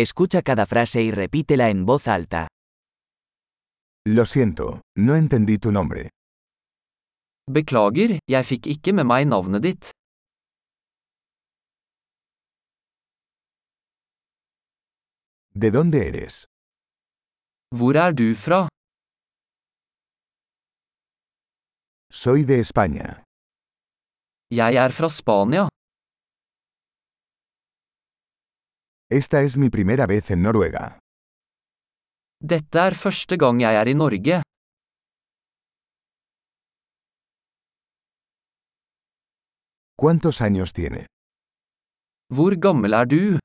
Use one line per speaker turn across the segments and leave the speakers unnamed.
Escucha cada frase y repítela en voz alta.
Lo siento, no entendí tu nombre.
Beklager, jeg fikk ikke med meg navnet ditt.
¿De dónde eres?
Hvor er du fra?
Soy de España.
Jeg er fra Spania.
Esta es mi primera vez en Noruega.
Dette er første gang jeg er i Norge.
¿Cuántos años tiene?
Hvor gammel er du?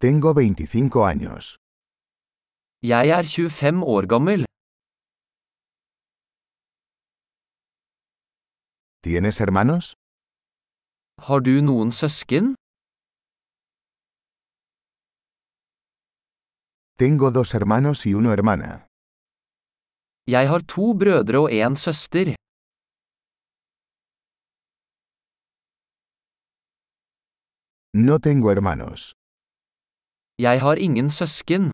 Tengo 25 años.
Jeg er 25 år gammel.
¿Tienes hermanos?
Har du noen søsken?
Tengo dos hermanos y una hermana.
Jeg har to brødre og en søster.
No tengo hermanos.
Jeg har ingen søsken.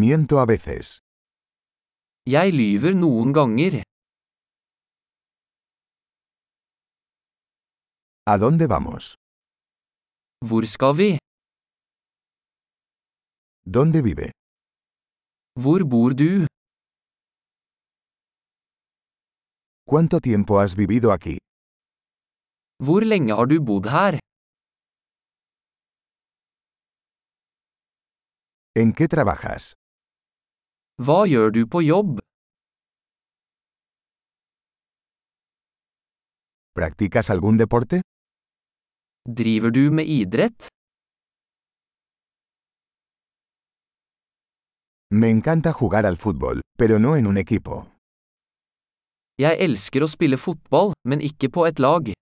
Miento a veces.
Jeg lyver noen ganger.
¿A dónde vamos?
Hvor skal vi?
¿Dónde vive?
Hvor bor du?
¿Cuánto tiempo has vivido aquí?
Hvor lenge har du bodd her?
¿En qué trabajas?
Hva gjør du på jobb?
¿Practicas algún deporte?
Driver du med idrett?
Me encanta jugar al fútbol, pero no en un equipo.
Jeg elsker å spille fotball, men ikke på et lag.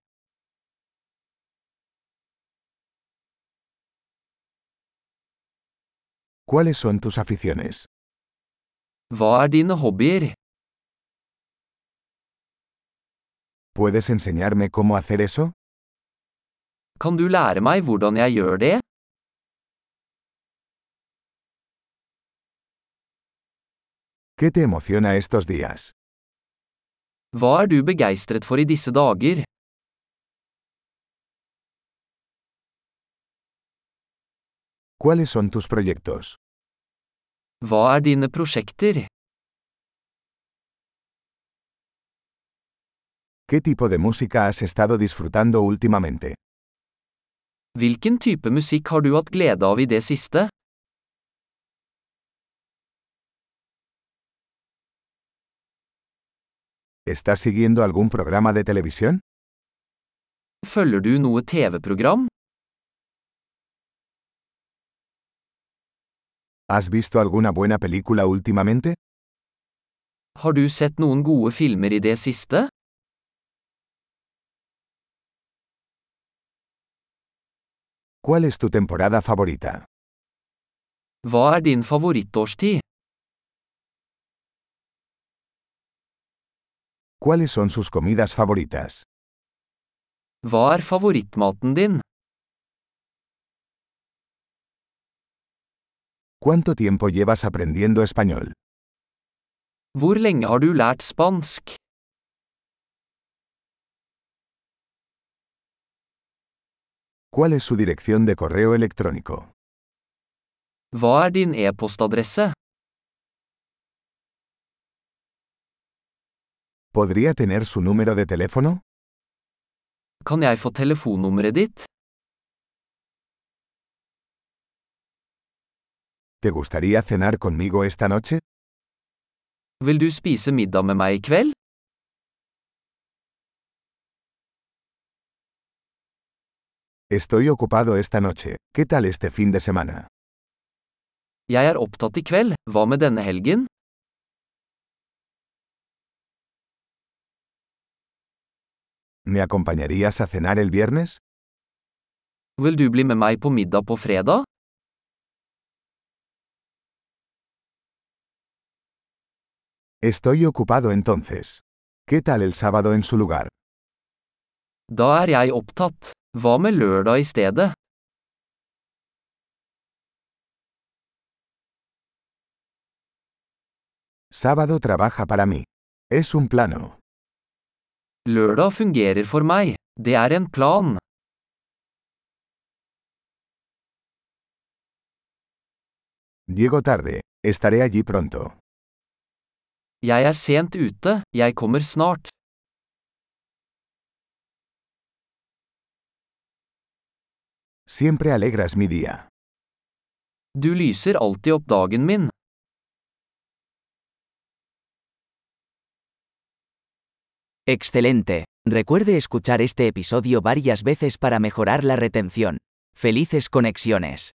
¿Cuáles son tus aficiones?
Hva er dine hobbyer?
¿Puedes enseñarme cómo hacer eso?
Kan du lære meg hvordan jeg gjør det?
¿Qué te emociona estos días?
Hva er du begeistret for i disse dager?
¿Cuáles son tus proyectos?
Hva er dine prosjekter?
¿Qué tipo de música has estado disfrutando últimamente?
Hvilken type musikk har du hatt glede av i det siste?
¿Estás siguiendo algún programa de televisión?
Følger du noe TV-program?
¿Has visto alguna buena película últimamente?
Har du sett noen gode filmer i det siste?
¿Cuál es tu temporada favorita?
Hva er din favorittårstid?
¿Cuáles son sus comidas favoritas?
Hva er favorittmaten din?
¿Cuánto tiempo llevas aprendiendo español?
Hvor lenge har du lært spansk?
¿Cuál es su dirección de correo electrónico?
Hva er din e-postadresse?
¿Podría tener su número de teléfono?
Kan jeg få telefonnummeret ditt?
¿Te gustaría cenar conmigo esta noche?
Vil du spise middag med meg i kveld?
Estoy ocupado esta noche. ¿Qué tal este fin de semana?
Jeg er opptatt i kveld, hva med denne helgen?
¿Me acompañarías a cenar el viernes?
Vil du bli med meg på middag på fredag?
Estoy ocupado entonces. ¿Qué tal el sábado en su lugar?
Da er jeg opptatt. Hva med lørdag i stedet?
Sábado trabaja para mí. Es un plano.
Lørdag fungerer for meg. Det er en plan.
Llego tarde. Estaré allí pronto.
Jeg er sent ute, jeg kommer snart.
Siempre alegras mi día.
Du lyser alltid opp dagen min.
Excelente. Recuerde escuchar este episodio varias veces para mejorar la retención. Felices conexiones.